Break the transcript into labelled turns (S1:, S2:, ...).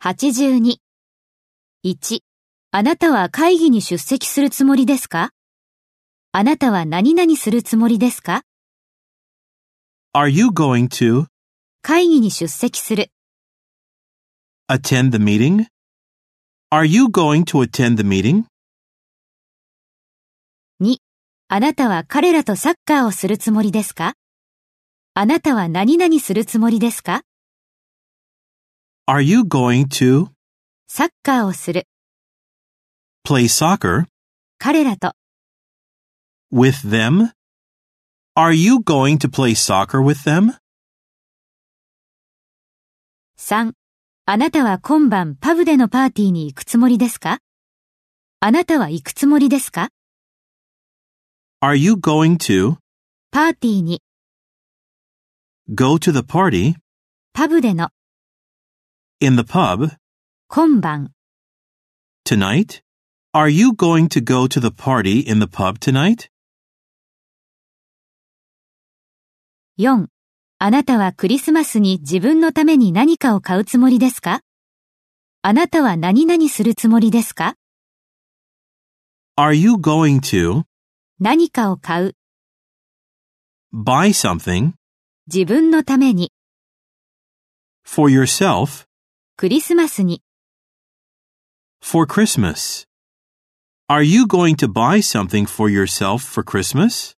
S1: 82。1、あなたは会議に出席するつもりですかあなたは何々するつもりですか
S2: Are you going to
S1: 会議に出席する。
S2: attend the meeting? Are you going to attend the meeting?
S1: あなたは彼らとサッカーをするつもりですかあなたは何々するつもりですか
S2: Are you going to
S1: サッカーをする。
S2: play soccer
S1: 彼らと。
S2: with them? Are you going to play soccer with them?
S1: 3. あなたは今晩パブでのパーティーに行くつもりですかあなたは行くつもりですか
S2: Are you going to
S1: パーティーに、
S2: go to the party
S1: パブでの、
S2: in the pub
S1: 今晩、
S2: tonight? Are you going to go to the party in the pub tonight?
S1: 4. あなたはクリスマスに自分のために何かを買うつもりですかあなたは何々するつもりですか
S2: Are you going to
S1: 何かを買う、
S2: buy something
S1: 自分のために、
S2: for yourself
S1: クリスマスに、
S2: for Christmas? Are you going to buy something for yourself for Christmas?